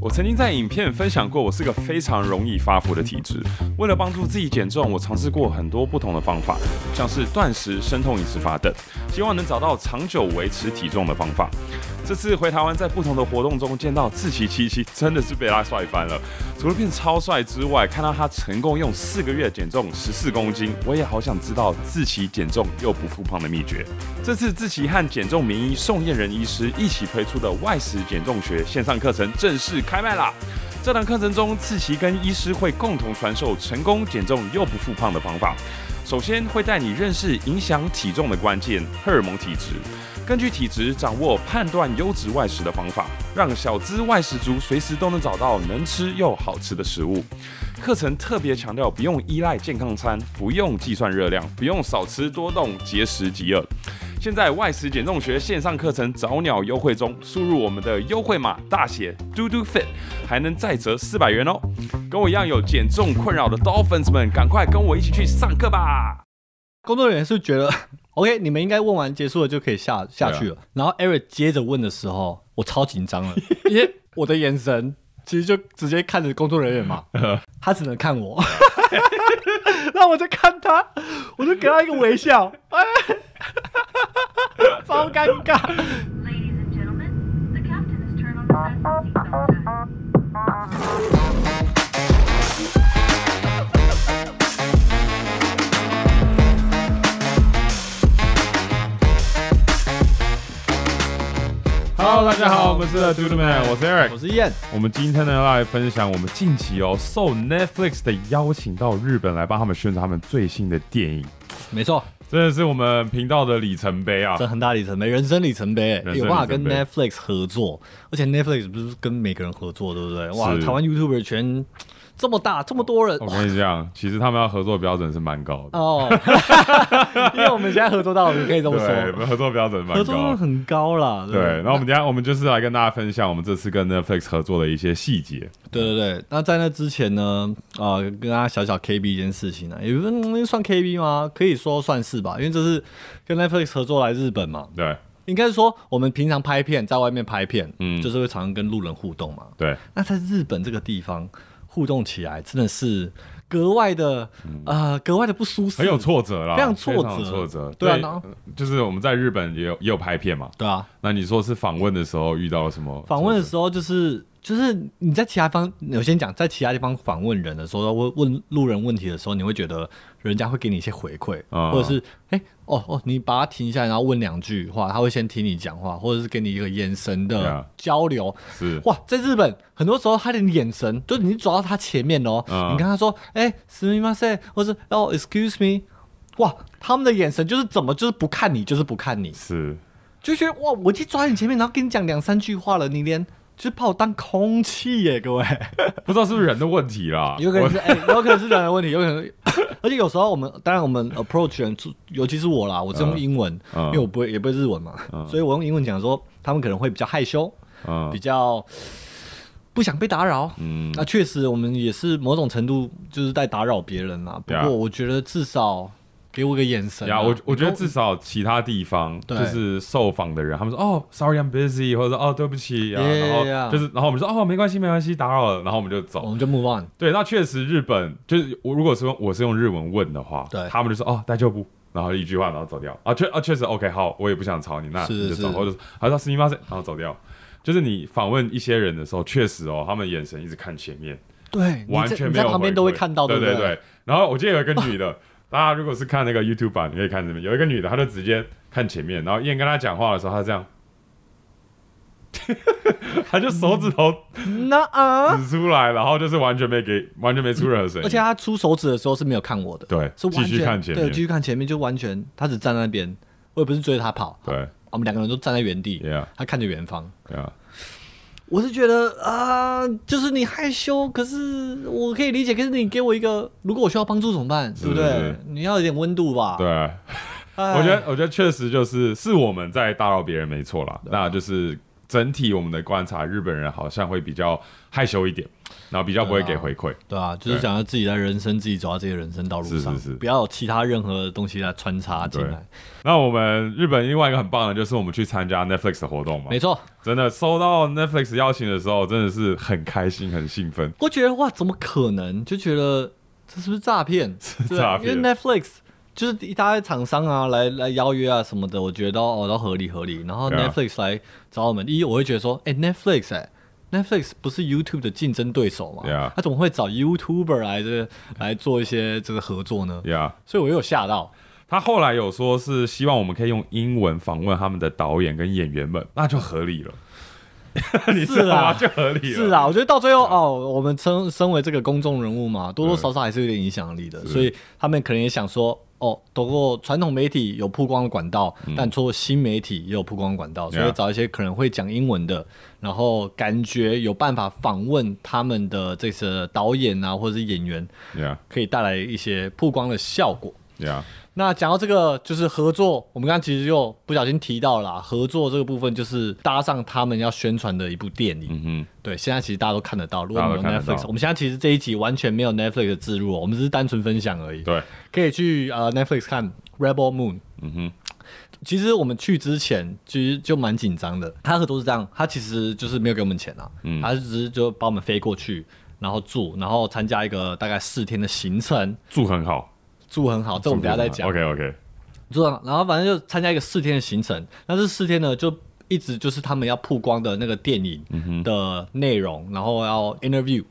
我曾经在影片分享过，我是个非常容易发福的体质。为了帮助自己减重，我尝试过很多不同的方法，像是断食、生酮饮食法等，希望能找到长久维持体重的方法。这次回台湾，在不同的活动中见到志奇七七，真的是被他帅翻了。除了变超帅之外，看到他成功用四个月减重十四公斤，我也好想知道志奇减重又不复胖的秘诀。这次志奇和减重名医宋燕仁医师一起推出的外食减重学线上课程正式开卖啦！这堂课程中，志奇跟医师会共同传授成功减重又不复胖的方法。首先会带你认识影响体重的关键——荷尔蒙体质，根据体质掌握判断优质外食的方法，让小资外食族随时都能找到能吃又好吃的食物。课程特别强调不用依赖健康餐，不用计算热量，不用少吃多动，节食即饿。现在外食减重学线上课程早鸟优惠中，输入我们的优惠码大写嘟嘟 fit，还能再折四百元哦。跟我一样有减重困扰的 Dolphins 们，赶快跟我一起去上课吧！工作人员是觉得 OK，你们应该问完结束了就可以下啊下去了。然后 Eric 接着问的时候，我超紧 张了，因为我的眼神其实就直接看着工作人 员嘛，嗯他只能看我， 那我就看他，我就给他一个微笑， 哎，超尴尬。 Ladies and gentlemen, the captain has turned on the fasten seatbelt sign. 是嘟嘟 man，我是 Eric 我是燕，我们今天呢要来分享我们近期哦受 Netflix 的邀请到日本来帮他们宣传他们最新的电影，没错，真的是我们频道的里程碑啊！这很大里程碑，人生里程碑，人生有办法里程跟碑 Netflix 合作，而且 Netflix 不是跟每个人合作，对不对？哇，是台湾 YouTuber 全这么大，这么多人，我跟你讲，其实他们要合作标准是蛮高的，哦， 因为我们现在合作到，你可以这么对，说，合作标准合蛮作到高的。很高啦。对，然后我们等一下我们就是来跟大家分享我们这次跟 Netflix 合作的一些细节。对对对。那在那之前呢，啊，跟大家小小 KB 一件事情啊，也不是嗯算 KB 吗？可以说算是吧，因为这是跟 Netflix 合作来日本嘛，对应该是说我们平常拍片，在外面拍片，嗯嗯，就是会常常跟路人互动嘛。对，那在日本这个地方互动起来，真的是格外的，呃，格外的不舒适，嗯很有挫折啦，非常挫折非常有挫折。呃对啊然后就是我们在日本也有也有拍片嘛。对啊，那你说是访问的时候遇到了什么挫折？访问的时候就是就是你在其他方，我先讲，在其他地方访问人的时候，问问路人问题的时候，你会觉得人家会给你一些回馈，啊或者是哎、哦哦，你把他停下来，然后问两句话，他会先听你讲话，或者是给你一个眼神对啊的交流。是哇，在日本很多时候他的眼神，就是你走到他前面哦，啊你跟他说哎、すみません，或是哦，excuse me。哇，他们的眼神就是怎么就是不看你，就是不看你，是，就觉得哇，我去抓你前面，然后跟你讲两三句话了，你连就是把我当空气耶，各位，不知道是不是人的问题啦。有可能是哎、有可能是人的问题，有可能是， 而且有时候我们当然我们呃 approach 人，尤其是我啦，我是用英文，嗯因为我不会也不会日文嘛，啊所以我用英文讲说，他们可能会比较害羞，嗯比较。不想被打扰，嗯那确实我们也是某种程度就是在打扰别人啦。不对啊过我觉得至少给我个眼神、啊。呀，我我觉得你至少其他地方对就是受访的人，他们说哦，sorry I'm busy，或者说哦对不起呀， Yeah, 然后 yeah. 就是然后我们说哦没关系没关系，打扰了，然后我们就我走。们就 move on。对，那确实日本就是我如果是用我是用日文问的话，对他们就说哦大丈夫，然后一句话然后走掉啊确啊确实 OK 好，我也不想吵你，那是你就走，是或者说还说すみません，然后走掉。就是你访问一些人的时候，确实哦，他们眼神一直看前面，对，你完在全你没有在回馈旁边都会看到，对不对对。然后我记得有一个女的，大家如果是看那个 YouTube 啊版，你可以看这边有一个女的，她就直接看前面，然后燕跟她讲话的时候，她这样， 她就手指头那啊，指出来，然后就是完全没给，完全没出任何声音，而且他出手指的时候是没有看我的，对是完继续全看前面对，继续看前面就完全他只站在那边，我也不是追着他跑，啊对我们两个人都站在原地 Yeah 他看着远方。对啊，我是觉得啊、就是你害羞，可是我可以理解，可是你给我一个，如果我需要帮助怎么办，对不对？是你要有点温度吧。对，啊哎，我觉得我觉得确实就是是我们在打扰别人没错啦，那就是整体我们的观察，日本人好像会比较害羞一点，然后比较不会给回馈。对啊，就是想要自己在人生，自己走到自己的人生道路上，是是是不要有其他任何的东西来穿插进来。那我们日本另外一个很棒的就是我们去参加 Netflix 的活动嘛没，错，真的收到 Netflix 邀请的时候，真的是很开心、很兴奋。我觉得哇，怎么可能？就觉得这是不是诈 骗？对啊诈骗因为 Netflix 就是一大堆厂商啊，来来邀约啊什么的，我觉得都哦都合理合理。然后对啊 Netflix 来找我们，一我会觉得说，哎、n e t f l i x 哎、Netflix 不是 YouTube 的竞争对手嘛？对啊他怎么会找 YouTuber 来这来做一些这个合作呢？呀、所以我有吓到，他后来有说是希望我们可以用英文访问他们的导演跟演员们，那就合理了。 你知道吗？是啊就合理 了。是啊，我觉得到最后哦，我们身身为这个公众人物嘛，多多少少还是有点影响力的，所以他们可能也想说，哦，通过传统媒体有曝光的管道，但通过新媒体也有曝光的管道，所以 Yeah 找一些可能会讲英文的，然后感觉有办法访问他们的这些导演啊，或者是演员，呀可以带来一些曝光的效果。呀，那讲到这个，就是合作，我们刚刚其实就不小心提到了啊合作这个部分，就是搭上他们要宣传的一部电影。嗯对，现在其实大家都看得到，如果你有大家都看得 Netflix，到我们现在其实这一集完全没有 Netflix 的置入哦，我们只是单纯分享而已哼，。对，可以去呃 Netflix 看《Rebel Moon》。嗯哼，其实我们去之前其实就蛮紧张的，他合作是这样，他其实就是没有给我们钱啊，嗯他只是就把我们飞过去，然后住，然后参加一个大概四天的行程，住很好，住很好，这我们等一下再讲。 OK OK，住很好，然后反正就参加一个四天的行程，那这四天呢就。一直就是他们要曝光的那个电影的内容，然后要 interview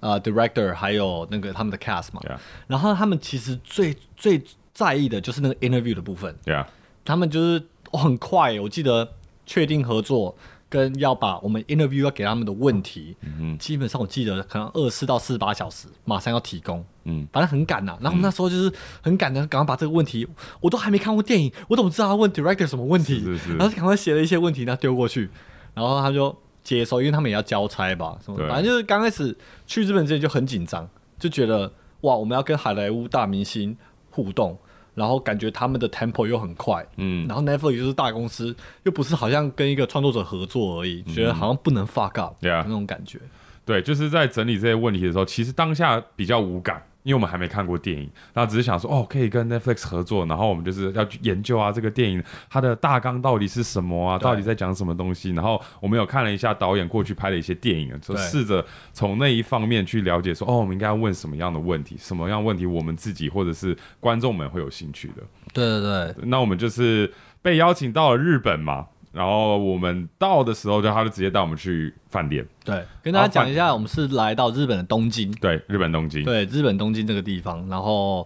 啊、呃 director，还有那个他们的 cast 嘛。呀然后他们其实最最在意的就是那个 interview 的部分，呀，他们就是、哦很快，我记得确定合作跟要把我们 interview 要给他们的问题，嗯基本上我记得可能二四到四十八小时马上要提供，嗯反正很赶呐、然后我们那时候就是很赶的，赶快把这个问题，我都还没看过电影，我怎么知道他问 director 什么问题？是是是然后就赶快写了一些问题，然后丢过去，然后他就接收，因为他们也要交差吧，什么的，对反正就是刚开始去日本之前就很紧张，就觉得哇，我们要跟好莱坞大明星互动。然后感觉他们的 tempo 又很快，嗯然后 Netflix 就是大公司，又不是好像跟一个创作者合作而已，觉得好像不能 fuck up 嗯 Yeah 那种感觉。对，就是在整理这些问题的时候，其实当下比较无感，因为我们还没看过电影，那只是想说哦，可以跟 Netflix 合作，然后我们就是要去研究啊，这个电影它的大纲到底是什么啊，对到底在讲什么东西。然后我们有看了一下导演过去拍的一些电影，就对试着从那一方面去了解说，哦，我们应该要问什么样的问题，什么样的问题我们自己或者是观众们会有兴趣的。对对对，那我们就是被邀请到了日本嘛，然后我们到的时候就他就直接带我们去饭店，对，跟大家讲一下，我们是来到日本的东京，对，日本东京，对，日本东京这个地方，然后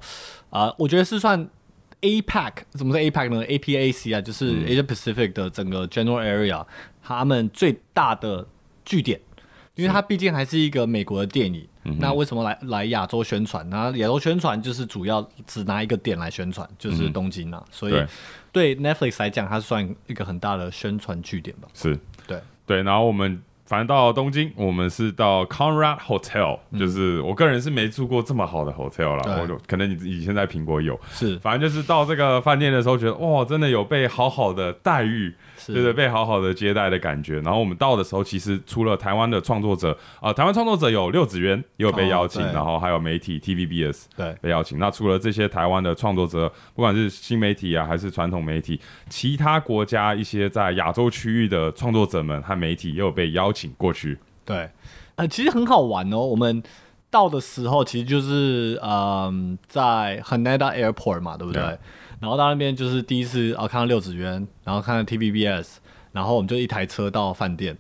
啊、我觉得是算 APEC，怎么是 APEC 呢？APAC 啊，就是 Asia Pacific 的整个 General Area，他们最大的据点，因为它毕竟还是一嗯个美国的电影。那为什么来来亚洲宣传？那亚洲宣传就是主要只拿一个点来宣传，就是东京啊。所以对 Netflix 来讲，它算一个很大的宣传据点吧。是。对，对，然后我们反正到东京，我们是到 Conrad Hotel，、就是我个人是没住过这么好的 hotel 啦，嗯对我就可能你以前在苹果有，是反正就是到这个饭店的时候，觉得哇，真的有被好好的待遇，是就是被好好的接待的感觉。然后我们到的时候，其实除了台湾的创作者，啊、台湾创作者有六子渊也有被邀请，哦对然后还有媒体 TVBS 对被邀请。那除了这些台湾的创作者，不管是新媒体啊，还是传统媒体，其他国家一些在亚洲区域的创作者们和媒体也有被邀请过去。对，呃，其实很好玩哦。我们到的时候，其实就是嗯、在 Haneda Airport 嘛，对不对？对然后到那边就是第一次哦，看到六子渊，然后看到 TVBS，然后我们就一台车到饭店，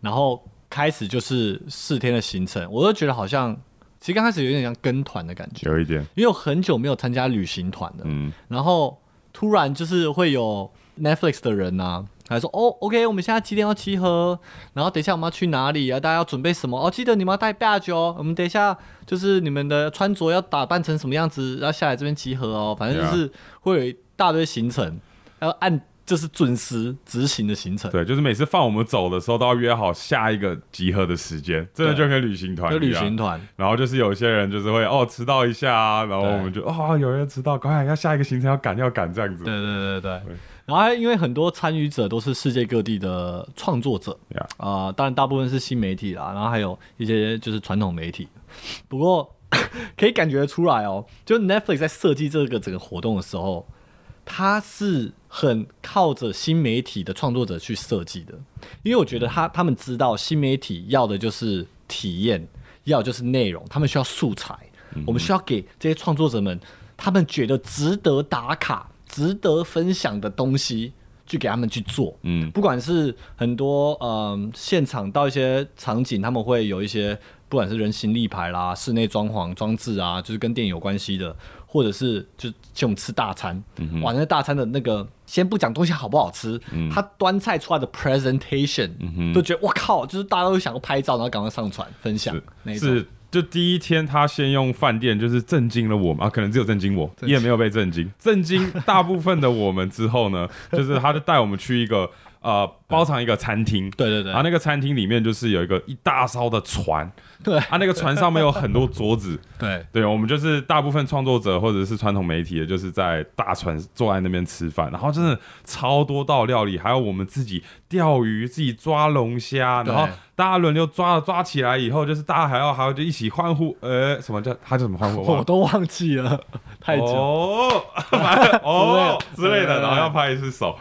然后开始就是四天的行程，我就觉得好像。其实刚开始有点像跟团的感觉，有一点，因为我很久没有参加旅行团了，嗯，然后突然就是会有 Netflix 的人呐、还说哦，OK，我们现在几点要集合？然后等一下我们要去哪里啊？大家要准备什么？哦，记得你们要带 badge 哦。我们等一下就是你们的穿着要打扮成什么样子，然后下来这边集合哦。反正就是会有一大堆行程，要按就是准时执行的行程。对，就是每次放我们走的时候，都要约好下一个集合的时间，真的对就跟旅行团就一旅样行团，然后就是有些人就是会哦迟到一下啊，然后对我们就哦有人迟到，赶快要下一个行程要赶要赶这样子。对对对对。然后因为很多参与者都是世界各地的创作者 Yeah. 啊、当然大部分是新媒体啦，然后还有一些就是传统媒体。不过 可以感觉得出来哦，就 Netflix 在设计这个整个活动的时候，它是很靠着新媒体的创作者去设计的，因为我觉得他他们知道新媒体要的就是体验，要的就是内容，他们需要素材，我们需要给这些创作者们他们觉得值得打卡、值得分享的东西，去给他们去做。嗯不管是很多嗯现场到一些场景，他们会有一些不管是人形立牌啦、室内装潢装置啊，就是跟电影有关系的，或者是就请我们吃大餐，嗯哇，那大餐的那个先不讲东西好不好吃，他端菜出来的 presentation，、都嗯觉得哇靠，就是大家都想要拍照，然后赶快上传分享那一种。是，就第一天他先用饭店就是震惊了我们啊，可能只有震惊我，你也没有被震 惊，震惊大部分的我们之后呢，就是他就带我们去一个呃包场一个餐厅，啊对对对然后那个餐厅里面就是有一个一大艘的船，对，啊那个船上面有很多桌子，对，对，我们就是大部分创作者或者是传统媒体的，就是在大船坐在那边吃饭，然后真的超多道料理，还有我们自己钓鱼、自己抓龙虾，对然后大家轮流抓，抓起来以后，就是大家还要还要就一起欢呼，呃，什么叫他叫什么欢呼？忘我了都忘记了， 太久。哦， 反正哦之之类类的的，对然后要拍一次手。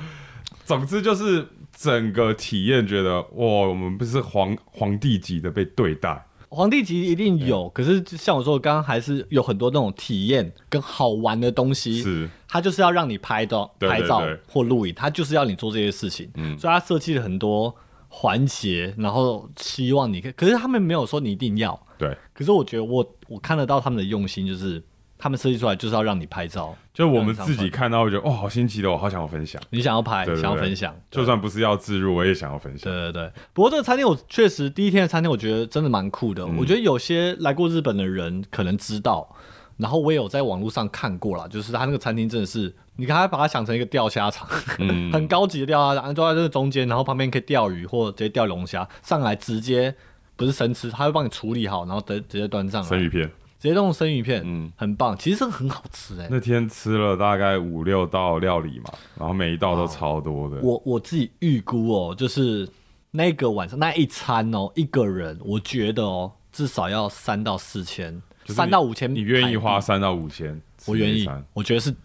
总之就是整个体验，觉得哇，我们不是皇皇帝级的被对待，皇帝级一定有，可是就像我说，的，刚刚还是有很多那种体验跟好玩的东西，是它就是要让你拍到对对拍照对嗯或录影，它就是要你做这些事情，所以它设计了很多环节，然后希望你可以，可是他们没有说你一定要，对。可是我觉得我我看得到他们的用心，就是他们设计出来就是要让你拍照，就我们让你上自己传，看到会觉得，哇，好新奇的，我好想要分享。你想要拍，对对对想要分享，就算不是要自入，我也想要分享。对对对，不过这个餐厅我确实第一天的餐厅，我觉得真的蛮酷嗯的。我觉得有些来过日本的人可能知道，然后我也有在网络上看过啦，就是他那个餐厅真的是，你看他把它想成一个钓虾场， 很高级的钓虾场，就在这个中间，然后旁边可以钓鱼或直接钓龙虾，上来直接不是生吃，他会帮你处理好，然后直直接端上来， 生鱼片直接弄生鱼片，嗯嗯，很棒，其实这个很好吃哎、那天吃了大概五六道料理嘛，然后每一道都超多的。我我自己预估哦，就是那个晚上那一餐哦，一个人我觉得哦，至少要三到四千，就是三到五千，你愿意花？三到五千？我愿吃一意餐，我觉得是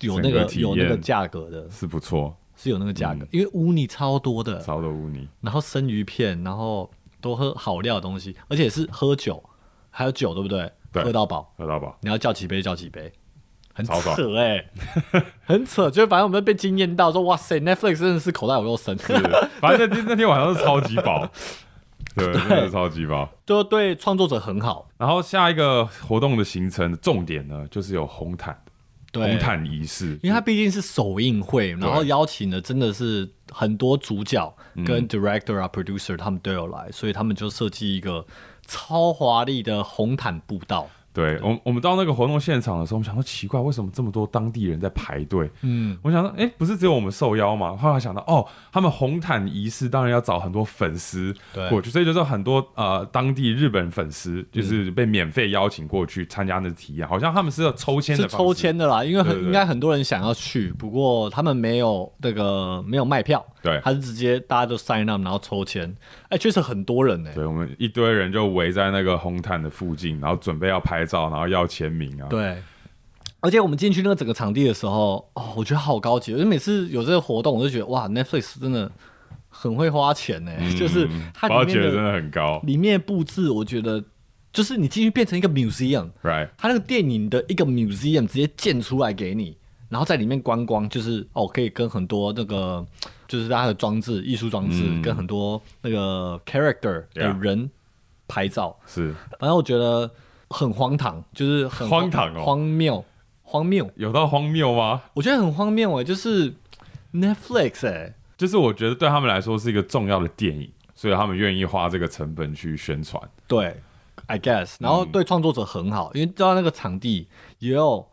有那整个个体验有那个价格的，是不错，是有那个价格，因为乌尼超多的，超多污泥。然后生鱼片，然后多喝好料的东西，而且是喝酒，还有酒对不对？对喝到饱，喝到饱，你要叫几杯叫几杯，很超爽扯哎、很扯，就是反正我们被惊艳到说，哇塞，Netflix 真的是口袋有够 深。是反正那天那天晚上是超级饱，对，真的是超级饱。就对创作者很好。然后下一个活动的行程重点呢，就是有红毯，对红毯仪式，因为它毕竟是首映会，然后邀请的真的是很多主角嗯跟 director 啊、producer 他们都有来，所以他们就设计一个超华丽的红毯步道。对我们，我们到那个活动现场的时候，我们想说奇怪，为什么这么多当地人在排队？嗯，我想说，哎、不是只有我们受邀吗？后来想到，哦，他们红毯仪式当然要找很多粉丝对过去，所以就是很多呃当地日本粉丝就是嗯被免费邀请过去参加那体验，好像他们是有抽签是的，抽签，的啦，因为很对对对应该很多人想要去，不过他们没有那个没有卖票，对他是直接大家都 sign up 然后抽签，哎，确实很多人呢、对我们一堆人就围在那个红毯的附近，然后准备要拍照，然后要签名啊，对，而且我们进去那个整个场地的时候，哦，我觉得好高级，就每次有这个活动，我就觉得哇，Netflix 真的很会花钱呢、嗯， 就是它包里觉面得真的的很高里面布置，我觉得就是你进去变成一个 museum， ，right？它那个电影的一个 museum 直接建出来给你，然后在里面观光，就是哦，可以跟很多那个就是它的装置、艺术装置、嗯跟很多那个 character 的 Yeah 人拍照。是反正我觉得很荒唐，就是很荒唐哦荒谬、荒谬。有到荒谬吗？我觉得很荒谬哎，就是 Netflix 哎，就是我觉得对他们来说是一个重要的电影，所以他们愿意花这个成本去宣传。对，I 嗯 guess，然后对创作者很好，因为知道那个场地也有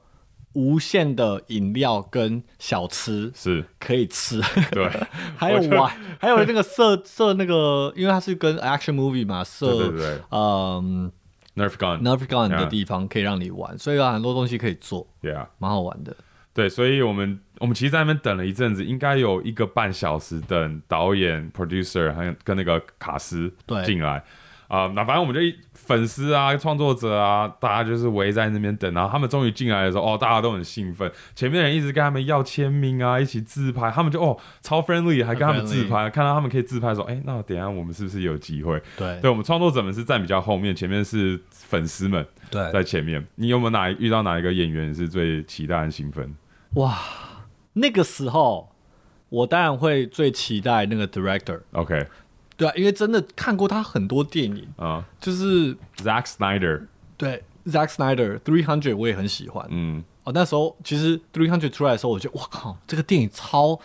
无限的饮料跟小吃是可以吃， 对，还有玩，还有那个设 设那个，因为它是跟 action movie 嘛，对对设对嗯，Nerf n e r Gun，Yeah， v g u n 的地方可以让你玩，所以有很多东西可以做，蛮好玩的。对，所以我们我们其实在那边等了一阵子，应该有一个半小时，等导演、producer 还有跟那个卡斯对进来啊。那、反正我们就一粉丝啊、创作者啊，大家就是围在那边等，然后他们终于进来的时候，哦，大家都很兴奋，前面的人一直跟他们要签名啊，一起自拍，他们就哦超 friendly，还跟他们自拍，看到他们可以自拍说，哎、那等一下我们是不是有机会？对对我们创作者们是站比较后面，前面是粉丝们对在前面。你有没有哪遇到哪一个演员是最期待和兴奋？哇，那个时候我当然会最期待那个 director， OK，对啊，因为真的看过他很多电影，啊、就是 z a c k Snyder，对 Zack Snyder Three Hundred 我也很喜欢。嗯，哦，那时候其实 Three Hundred 出来的时候，我觉得哇靠，这个电影超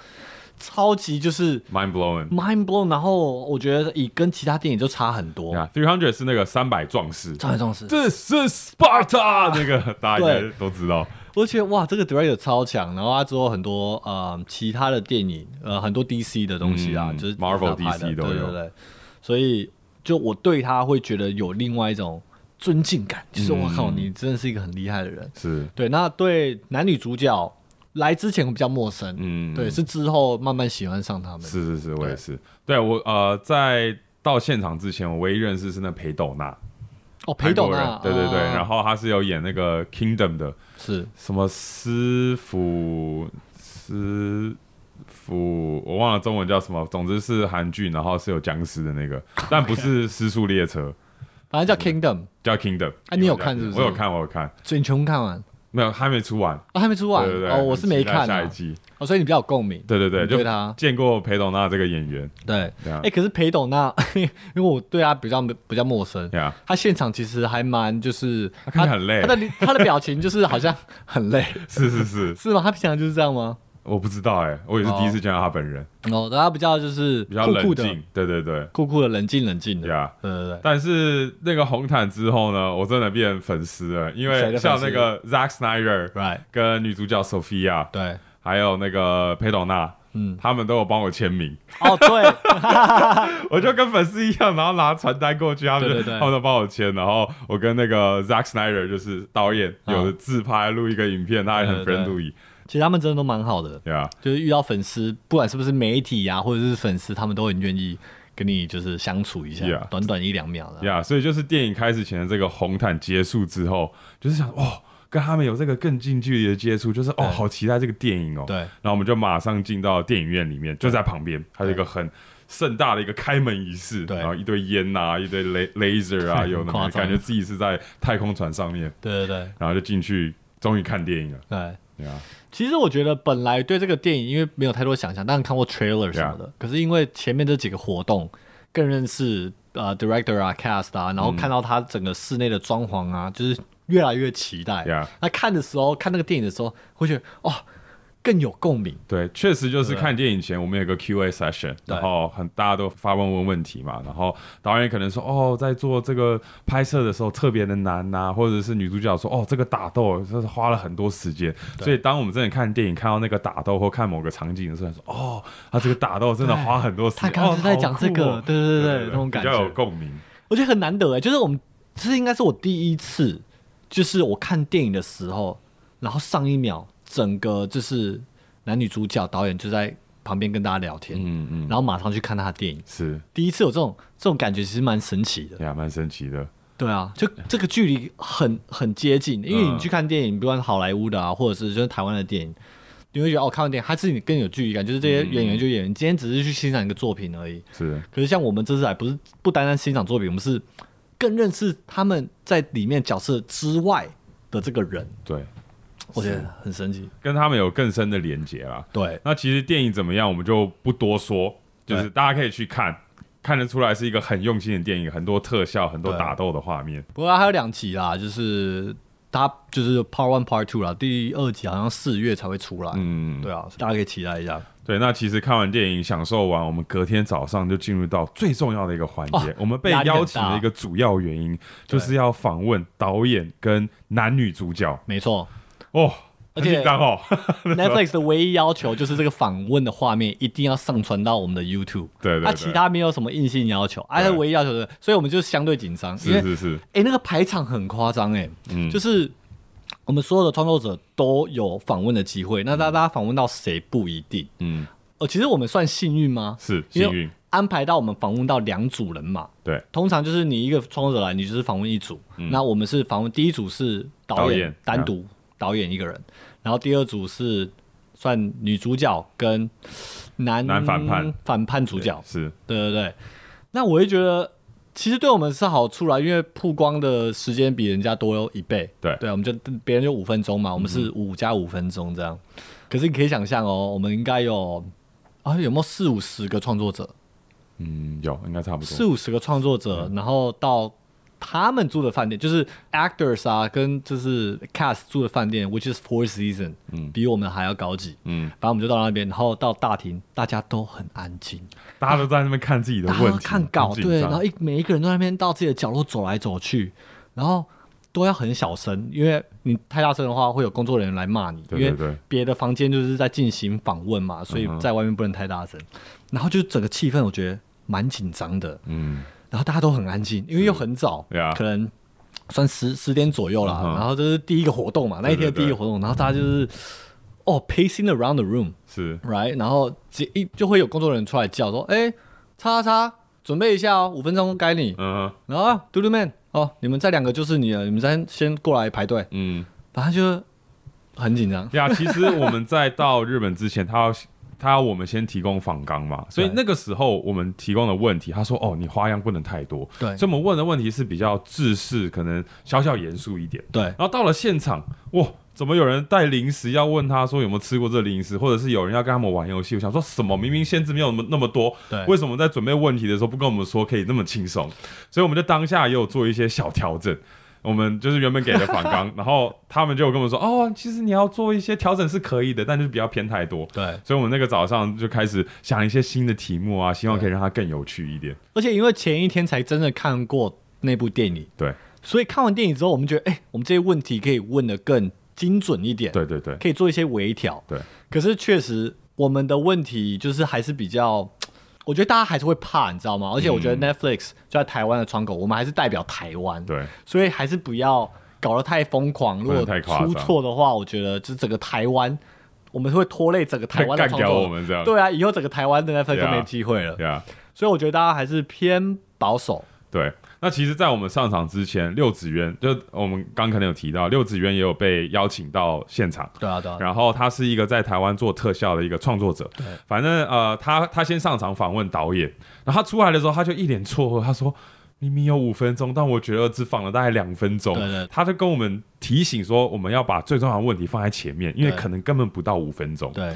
超级就是。 Mind Blowing， mind blown，然后我觉得以跟其他电影就差很多，啊，Three Hundred 是那个三百壮士，超级重视。这是 Sparta 那个大家应对该都知道，我觉得哇，这个 director 超强，然后他之后很多呃其他的电影，呃很多 DC 的东西啊，嗯就是 Marvel 他拍的 DC 都有对对对，所以就我对他会觉得有另外一种尊敬感，就是嗯我靠，你真的是一个很厉害的人。是，对，那对男女主角来之前我比较陌生，嗯，对，是之后慢慢喜欢上他们。是是是，我也是，对我呃，在到现场之前，我唯一认识是那裴斗娜，哦，裴斗韩娜，国人对对对，啊然后他是有演那个 Kingdom 的，是什么师傅师傅，我忘了中文叫什么，总之是韩剧，然后是有僵尸的那 个，但不是《失速列车》，反正叫 Kingdom，叫 Kingdom。啊你有看是不是我有看，我有看，所以你全部看完没有还没出完。啊？还没出完对对对，哦，我很是没期待看下一啊，季。哦，所以你比较有共鸣。对对对，你就对他见过裴斗娜这个演员对，对啊哎、可是裴董那， 因为我对他比较比较陌生，呀，他现场其实还蛮就是他看起来很累他的他的表情就是好像很累， 是是是，是吗？他平常就是这样吗？我不知道哎，我也是第一次见到他本人，哦，他比较就是比较酷冷酷的静，，对对对，酷酷的，冷静冷静的呀。对对对，但是那个红毯之后呢，我真的变粉丝了，因谁为的粉像丝那个 Zack Snyder Right 跟女主角 Sophia，对，还有那个裴斗娜，嗯，他们都有帮我签名， 哦对， 我就跟粉丝一样，然后拿传单过去，他们就对对对他们都帮我签，然后我跟那个 Zack Snyder 就是导演啊有自拍录一个影片，他也很对对 friendly，其实他们真的都蛮好的，对啊，就是遇到粉丝，不管是不是媒体呀、或者是粉丝，他们都很愿意跟你就是相处一下 Yeah 短短一两秒的。呀，所以就是电影开始前的这个红毯结束之后，就是想哦。跟他们有这个更近距离的接触，就是哦，对好期待这个电影哦。对然后我们就马上进到电影院里面，就在旁边，还有一个很盛大的一个开门仪式，对然后一堆烟呐、啊，一堆 la- laser 啊，有那夸种张感觉自己是在太空船上面，对对对然后就进去，终于看电影了，对。对啊，其实我觉得本来对这个电影，因为没有太多想象，当然看过 trailer 什么的。可是因为前面这几个活动，更认识呃 director 啊 cast 啊，然后看到他整个室内的装潢啊，就是越来越期待。Mm Yeah 那看的时候，看那个电影的时候，会觉得哦，更有共鸣。对，确实就是看电影前我们有个 Q&A session，对然后很大家都发问问问题嘛，然后导演可能说哦，在做这个拍摄的时候特别的难呐、或者是女主角说哦，这个打斗这是花了很多时间，所以当我们真的看电影看到那个打斗或看某个场景的时候，说哦，他这个打斗真的花很多时间，对他刚刚哦就在讲这个好酷哦对对对对对那种感比较觉有共鸣，我觉得很难得哎，就是我们这应该是我第一次，就是我看电影的时候，然后上一秒整个就是男女主角导演就在旁边跟大家聊天，嗯嗯，然后马上去看他的电影。是，第一次有这种这种感觉，其实蛮神奇的。也蛮神奇的，对啊，就这个距离很很接近，因为你去看电影，不管好莱坞的啊，或者是就是台湾的电影，你会觉得哦，看完电影它是你更有距离感，就是这些演员就演员，今天只是去欣赏一个作品而已。是可是像我们这次来，不是不单单欣赏作品，我们是更认识他们在里面角色之外的这个人，对，我觉得很神奇。跟他们有更深的连结啦，对那其实电影怎么样，我们就不多说，就是对大家可以去看，看得出来是一个很用心的电影，很多特效，很多对打斗的画面。不过它还有两集啦，就是它就是 Part One、Part Two 啦，第二集好像四月才会出来。嗯，对啊，大家可以期待一下。对。那其实看完电影，享受完，我们隔天早上就进入到最重要的一个环节，哦我们被压力很邀请的一个主要原因，对就是要访问导演跟男女主角。没 错哦，而很且紧张哦。 ，Netflix 的唯一要求就是这个访问的画面一定要上传到我们的 YouTube。对对对那、其他没有什么硬性要求，啊，对它唯一要求的，所以我们就相对紧张，因 是为是是，嗯哎、那个排场很夸张哎，就是我们所有的创作者都有访问的机会，那大大家访问到谁不一定。嗯，呃，其实我们算幸运吗？是因为幸运，安排到我们访问到两组人嘛。对，嗯通常就是你一个创作者来，你就是访问一组。那我们是访问第一组是导导演演单独、导演一个人，然后第二组是算女主角跟男男反叛反叛主角。是对对对，那我会觉得其实对我们是好处啦，因为曝光的时间比人家多一倍。对嗯对，我们就别人就五分钟嘛，我们是五加五分钟这样。可是你可以想象哦，我们应该有啊有没有四五十个创作者，嗯有应该差不四多，五十个创作者，嗯然后到他们住的饭店，就是 actors 啊跟就是 cast 住的饭店，which is Four Season，嗯比我们还要高级。嗯，反正我们就到那边，然后到大厅，大家都很安静。大家都在那边看自己的大家问都题，看稿，很紧对，张然后一每一个人都在那边到自己的角落走来走去，然后都要很小声，因为你太大声的话，会有工作人员来骂你，对对嗯因对为别的房间就是在进行访问嘛，所以在外面不能太大声。然后就整个气氛，我觉得蛮紧张的，嗯然后大家都很安静，因为又很早，对啊可能算十十点左右啦。嗯哼然后这是第一个活动嘛，那一天的对对第一个活动，然后大家就是哦 pacing around the room。是 right，然后直一就会有工作人员出来叫说，哎、叉叉叉，准备一下哦，五分钟该你。嗯然后啊嘟嘟 man，哦，你们这两个就是你了，你们先先过来排队。嗯。反正就很紧张，呀，其实我们在到日本之前，他要他要我们先提供访纲嘛，所以那个时候我们提供的问题，他说哦，你花样不能太多，对所以我们问的问题是比较制式，可能小小严肃一点。对然后到了现场，哇，怎么有人带零食要问他说有没有吃过这零食，或者是有人要跟他们玩游戏？我想说什么？明明限制没有那么那么多，对为什么在准备问题的时候不跟我们说可以那么轻松？所以我们就当下也有做一些小调整。我们就是原本给的反纲，然后他们就有跟我们说，哦，其实你要做一些调整是可以的，但就是不要偏太多。对，所以我们那个早上就开始想一些新的题目啊，希望可以让它更有趣一点。而且因为前一天才真的看过那部电影，对，所以看完电影之后，我们觉得，哎、我们这些问题可以问的更精准一点，，对对对，可以做一些微调。对，可是确实，我们的问题就是还是比较，我觉得大家还是会怕，你知道吗？而且我觉得 Netflix 就在台湾的窗口，我们还是代表台湾，嗯对，所以还是不要搞得太疯狂。如不能果太夸张出错的话，我觉得就整个台湾，我们会拖累整个台湾的干创掉作我们这样。对啊，以后整个台湾的 Netflix 对就啊没机会了。对啊。所以我觉得大家还是偏保守。对，那其实，在我们上场之前，六子渊就我们刚可能有提到，六子渊也有被邀请到现场。对啊，对啊，然后他是一个在台湾做特效的一个创作者，反正呃，他他先上场访问导演，然后他出来的时候，他就一脸错愕，他说明明有五分钟，但我觉得只访了大概两分钟，对对他就跟我们提醒说，我们要把最重要的问题放在前面，因为对可能根本不到五分钟，对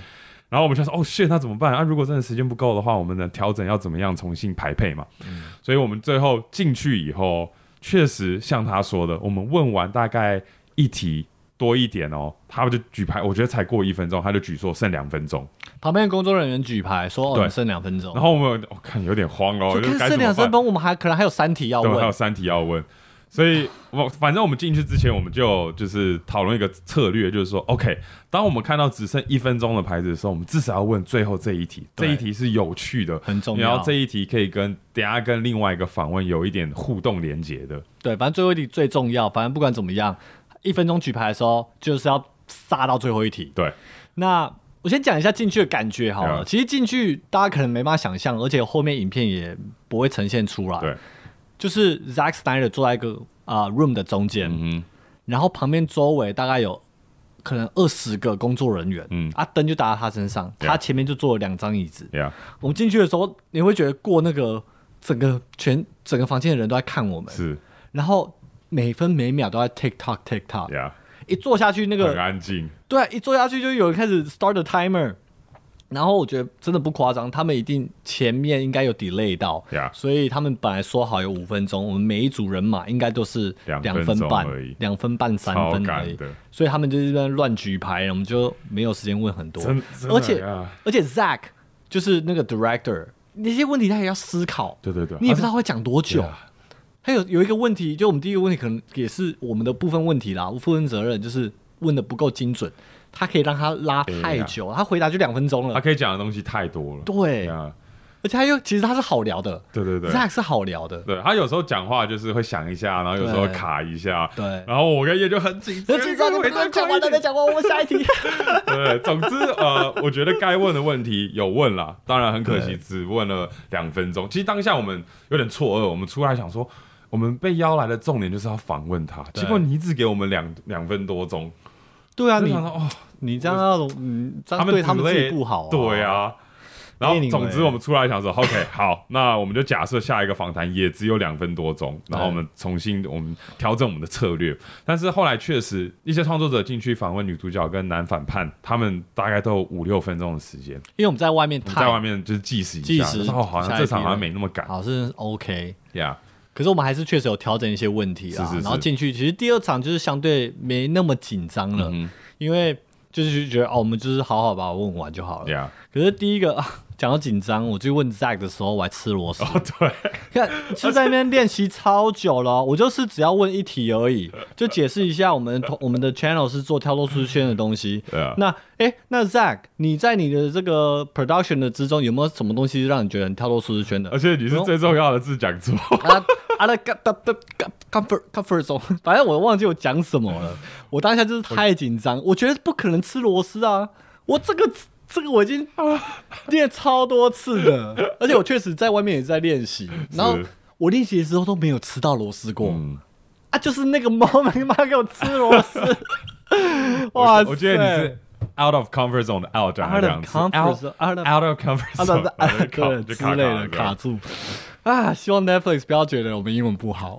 然后我们就说，哦，shit，那怎么办？啊，如果真的时间不够的话，我们能调整要怎么样重新排配嘛？嗯所以我们最后进去以后，确实像他说的，我们问完大概一题多一点哦，他们就举牌，我觉得才过一分钟，他就举说剩两分钟，旁边的工作人员举牌说：“哦，对你剩两分钟。”然后我们我、看有点慌哦，就就是看该剩怎两么分办？钟，我们还可能还有三题要对，还有问。三题要问。所以，我反正我们进去之前，我们就就是讨论一个策略，就是说，OK，当我们看到只剩一分钟的牌子的时候，我们至少要问最后这一题，这对一题是有趣的，很重要然后这一题可以跟等一下跟另外一个访问有一点互动连接的，对，反正最后一题最重要。反正不管怎么样，一分钟举牌的时候就是要杀到最后一题。对，那我先讲一下进去的感觉好了。嗯其实进去大家可能没办法想象，而且后面影片也不会呈现出来。对，就是 Zack Snyder 坐在一个啊、room 的中间，嗯哼，然后旁边周围大概有可能二十个工作人员，嗯啊啊灯就打在他身上， Yeah 他前面就坐了两张椅子。对呀，我们进去的时候，你会觉得过那个整个全整个房间的人都在看我们，是然后每分每秒都在 TikTok TikTok，、呀，一坐下去那很个安静，对，一坐下去就有人开始 start the timer。然后我觉得真的不夸张，他们一定前面应该有 delay 到 Yeah 所以他们本来说好有五分钟，我们每一组人马应该都是两两分分钟半而已两分半三超分赶而已的，所以他们就是在那边乱举牌，我们就没有时间问很多真真。的而且呀而且 Zack 就是那个 director，那些问题他也要思考，对对对啊你也不知道会讲多久对啊。还有有一个问题，就我们第一个问题可能也是我们的部分问题啦，负分责任就是问的不够精准，他可以让他拉太久，他回答就两分钟哎他了。可以讲的东西太多了，对呀，而且他又其实他是好聊的对对对， ，Zack 是好聊的，对他有时候讲话就是会想一下，然后有时候对卡一下，对然后我跟叶就很紧张，那紧张，你没们都讲完了，再讲完，我下一题。 对，总之呃，我觉得该问的问题有问啦，当然很可惜对只问了两分钟。其实当下我们有点错愕，我们出来想说，我们被邀来的重点就是要访问他，对结果你只给我们两两分多钟，对啊，就你想说哦，你这样要嗯，这样对他们自 delay- 己不好、啊。对啊，啊。然后， Anyway 总之，我们出来想说，OK，好，那我们就假设下一个访谈也只有两分多钟，然后我们重新我们调整我们的策略。但是后来确实，一些创作者进去访问女主角跟男反叛，他们大概都有五六分钟的时间，因为我们在外面我们太在外面啊就是计时一计下，时然后好像这场好像没那么赶好是 OK，呀。可是我们还是确实有调整一些问题啊。是是是然后进去，其实第二场就是相对没那么紧张了，嗯因为就是觉得哦，我们就是好好把我问完就好了。呀，可是第一个啊，讲到紧张，我去问 Zack 的时候，我还吃螺丝。哦 对，看，就在那边练习超久了哦、我就是只要问一题而已，就解释一下我们同我们的 channel 是做跳脱舒适圈的东西。对啊那哎，那 Zack，你在你的这个 production 的之中有没有什么东西让你觉得很跳脱舒适圈的而？且你是最重要的字讲错，啊啊那个的的 comfort comfort zone，反正我忘记我讲什么了。我当下就是太紧张，我觉得不可能吃螺丝啊！我这个这个我已经练超多次了，而且我确实在外面也在练习，然后我练习的时候都没有吃到螺丝过、嗯，啊！就是那个猫没妈给我吃螺 丝，哇我塞！我觉得你是 out of comfort zone 的 out 讲了 out 两 of 次 comfort zone- out of out of comfort 啊不 zone，不啊然后就 卡对就之卡类卡的了卡住啊！希望 Netflix 不要觉得我们英文不好。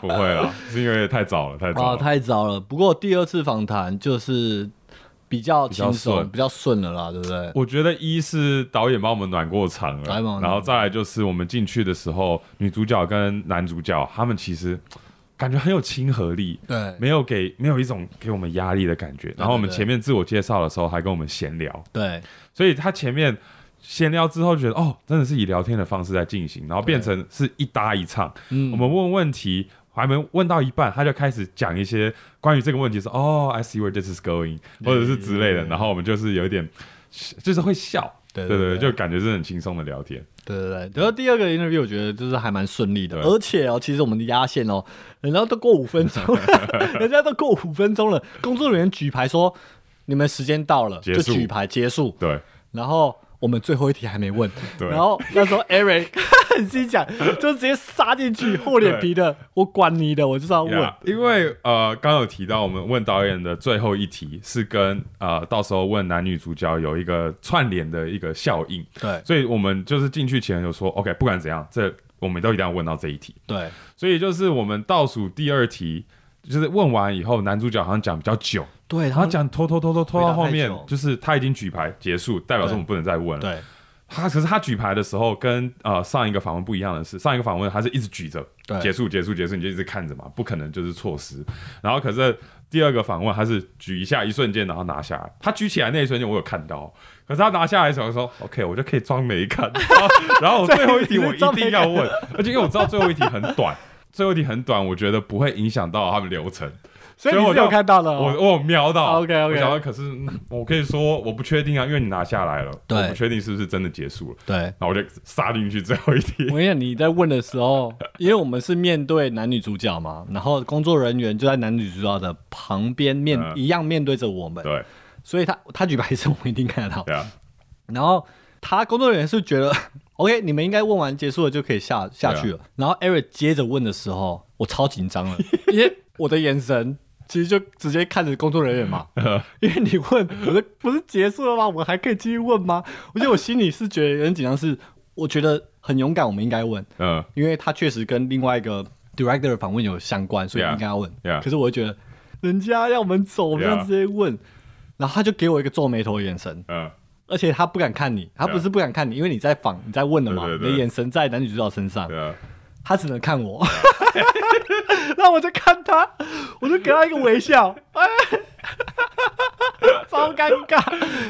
不会了，是因为太早了，太早啊，了。太早了。不过第二次访谈就是比较轻松、比比较顺了啦，对不对？我觉得一是导演帮我们暖过场导演帮我了，们然后再来就是我们进去的时候，女主角跟男主角他们其实感觉很有亲和力，对没有给没有一种给我们压力的感觉。然后我们对对前面自我介绍的时候还跟我们闲聊，对所以他前面闲聊之后觉得哦，真的是以聊天的方式在进行，然后变成是一搭一唱。嗯我们问问题。还没问到一半，他就开始讲一些关于这个问题说，哦，I see where this is going，或者是之类的。然后我们就是有一点，就是会笑，对对对对，对就感觉是很轻松的聊天。对对对。然后第二个 interview 我觉得就是还蛮顺利的，对而且哦，其实我们的压线哦，人家都过五分钟了， 人家都过五分钟了，工作人员举牌说你们时间到了，结就束举牌结束。对，然后我们最后一题还没问，对然后那时候 Eric 很心讲，就直接杀进去，厚脸皮的，我管你的，我就是要问。 Yeah，因为呃，刚刚有提到我们问导演的最后一题是跟呃，到时候问男女主角有一个串联的一个效应，对所以我们就是进去前就说，OK，不管怎样，这我们都一定要问到这一题。对所以就是我们倒数第二题，就是问完以后，男主角好像讲比较久，对，他他讲拖拖拖拖拖到后回答面太久，就是他已经举牌结束，代表说我们不能再问了。对他可是他举牌的时候跟呃上一个访问不一样的是，上一个访问他是一直举着，对结束结束结束，你就一直看着嘛，不可能就是错失。然后可是第二个访问他是举一下，一瞬间然后拿下来，他举起来那一瞬间我有看到，可是他拿下来的时候说 OK，我就可以装没看。然后 然后我最后一 题我一定要问，而且因为我知道最后一题很短，最后一题很短，我觉得不会影响到他们流程。所以所以你我是就有看到的哦、我我有瞄到 OK，OK 我想说，可是嗯我可以说我不确定啊，因为你拿下来了，对我不确定是不是真的结束了。对，然后我就杀进去最后一题我。跟你讲，你在问的时候，因为我们是面对男女主角嘛，然后工作人员就在男女主角的旁边面、嗯一样面对着我们， 对所以他他举白色我们一定看得到。对啊，然后他工作人员是觉得 OK，你们 应该问完结束了就可以下下啊去了。然后 Eric 接着问的时候，我超紧张 了，因为我的眼神。其实就直接看着工作人员嘛，嗯因为你问，我说不是结束了吗？我们还可以继续问吗？我觉得我心里是觉得有点紧张，是我觉得很勇敢，我们应该问，嗯，因为他确实跟另外一个 director 的访问有相关，所以 Yeah. 应该要问。 Yeah. 可是我会觉得人家要我们走，我们要直接问，然后他就给我一个皱眉头的眼神，嗯，而且他不敢看你，他不是不敢看你，因为你在访，你在问了嘛，啊对对对你的眼神在男女主角身上，对啊，他只能看我， 那我就看他，我就给他一个微笑， 哎，超尴尬，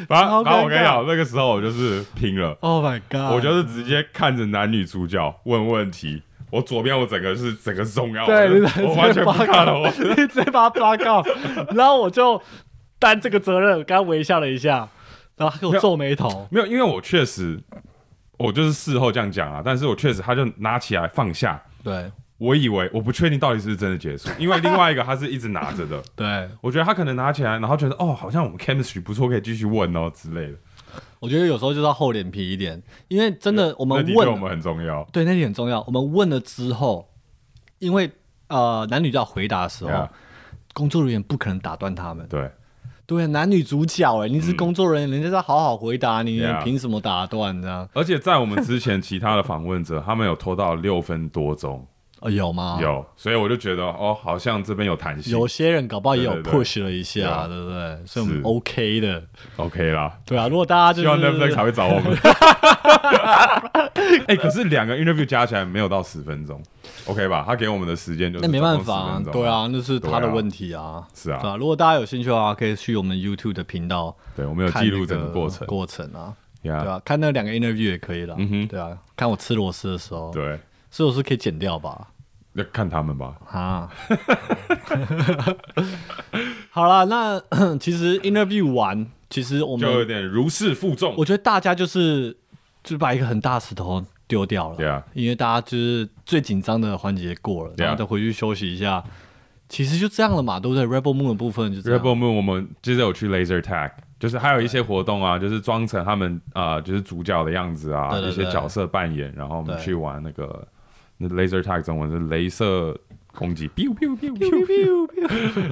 反正超尴尬然后我跟你讲，那个时候我就是拼了， ，Oh my god，我就是直接看着男女主角问问题。我左边我整个是整个中央，对，我就我完全不看了，我你直接把他抓告，然后我就担这个责任，跟他微笑了一下，然后他给我皱眉头，没有，因为我确实我就是事后这样讲啊，但是我确实他就拿起来放下，对我以为我不确定到底是不是真的 结束，因为另外一个他是一直拿着的，对，我觉得他可能拿起来，然后觉得哦，好像我们 chemistry 不错，可以继续问哦之类的。我觉得有时候就是要厚脸皮一点，因为真的我那们的确问我们很重要，对，那点很重要。我们问了之后，因为呃男女都要回答的时候 Yeah 工作人员不可能打断他们。对，对，啊男女主角哎，你是工作人员，人家在好好回答你，嗯 Yeah 你凭什么打断呢？而且在我们之前其他的访问者，他们有拖到六分多钟，哦，有吗？有，所以我就觉得哦，好像这边有弹性有些人搞不好也有对对对 push 了一下， Yeah 对不对？所以我们是 OK 的， ，OK 啦。对啊。如果大家就希望 Netflix 是还会找我 们。哎、可是两个 interview 加起来没有到十分钟，OK 吧？他给我们的时间就是那没办法总共啊10分，钟对，啊，那是他对的啊问题啊，是啊对啊。如果大家有兴趣的话，可以去我们 YouTube 的频道对，我们有看记录那整个过程，过程啊，呀对啊，看那两个 interview 也可以了，嗯哼对啊，看我吃螺丝的时候，对，吃螺丝可以剪掉吧？要看他们吧。啊， 好啦，那 其实 interview 完，其实我就有们点如释负重我。觉得大家就是就把一个很大石头丢掉了，对啊，因为大家就是最紧张的环节过了，对啊然后再回去休息一下，其实就这样了嘛，对不对？Rebel Moon 的部分就这样 Rebel Moon 我们接着有去 Laser Tag，就是还有一些活动啊，就是装成他们啊、呃就是主角的样子啊，对对一对些角色扮演，然后我们对去玩那个那 Laser Tag 中文是镭射攻击，biu biu biu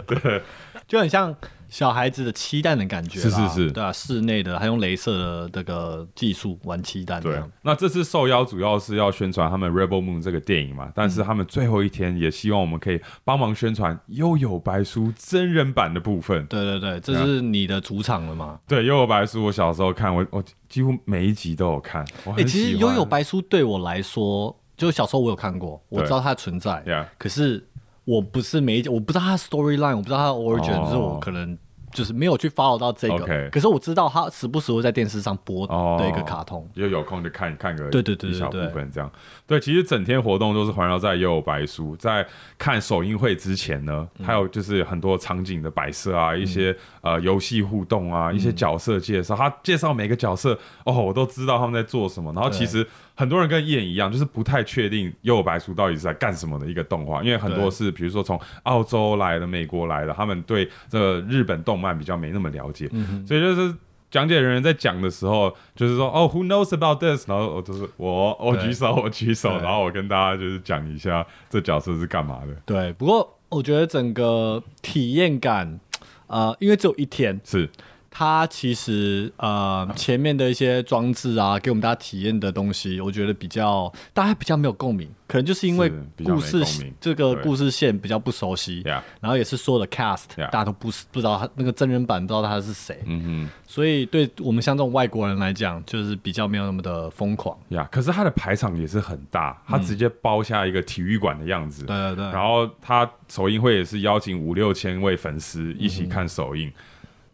biu，就很像小孩子的期待的感觉啦，是是是对啊，室内的还用镭射的这个技术玩期待，这对样，那这次受邀主要是要宣传他们 Rebel Moon 这个电影嘛，嗯但是他们最后一天也希望我们可以帮忙宣传《幽游白书》真人版的部分。对对对，啊这是你的主场了嘛？对，《幽游白书》我小时候看，我我几乎每一集都有看，我哎、很其实喜《欢幽游白书》对我来说，就小时候我有看过，我对知道它的存在 Yeah 可是我不是每一集，我不知道它的 storyline，我不知道它的 origin，、哦就是我可能就是没有去 follow 到这个。 OK 可是我知道它时不时会在电视上播哦的一个卡通。就有空就看看个对对对对一小部分这样。对，其实整天活动都是环绕在《幽游白书》。在看首映会之前呢，嗯还有就是很多场景的摆设啊，一些呃游戏互动啊，一嗯些角色介绍。他介绍每个角色哦，我都知道他们在做什么。然后其实很多人跟燕一样，就是不太确定《幽游白书》到底是在干什么的一个动画，因为很多对是比如说从澳洲来的、美国来的，他们对这个日本动漫比较没那么了解，嗯所以就是。讲解人员在讲的时候，就是说哦，Who knows about this？然后我就是我，我对举手，我举手，对然后我跟大家就是讲一下这角色是干嘛的。对，不过我觉得整个体验感，呃，因为只有一天，是它其实呃前面的一些装置啊，给我们大家体验的东西，我觉得比较大家比较没有共鸣，可能就是因为是比较故没事共鸣这个对故事线比较不熟悉 Yeah 然后也是所有的 cast Yeah 大家都不是不知道他那个真人版不知道他是谁，嗯所以对我们像这种外国人来讲，就是比较没有那么的疯狂。哼呀，可是他的排场也是很大，他直接包下一个体育馆的样子。嗯对对对，然后他首映会也是邀请五六千位粉丝一起看首映，嗯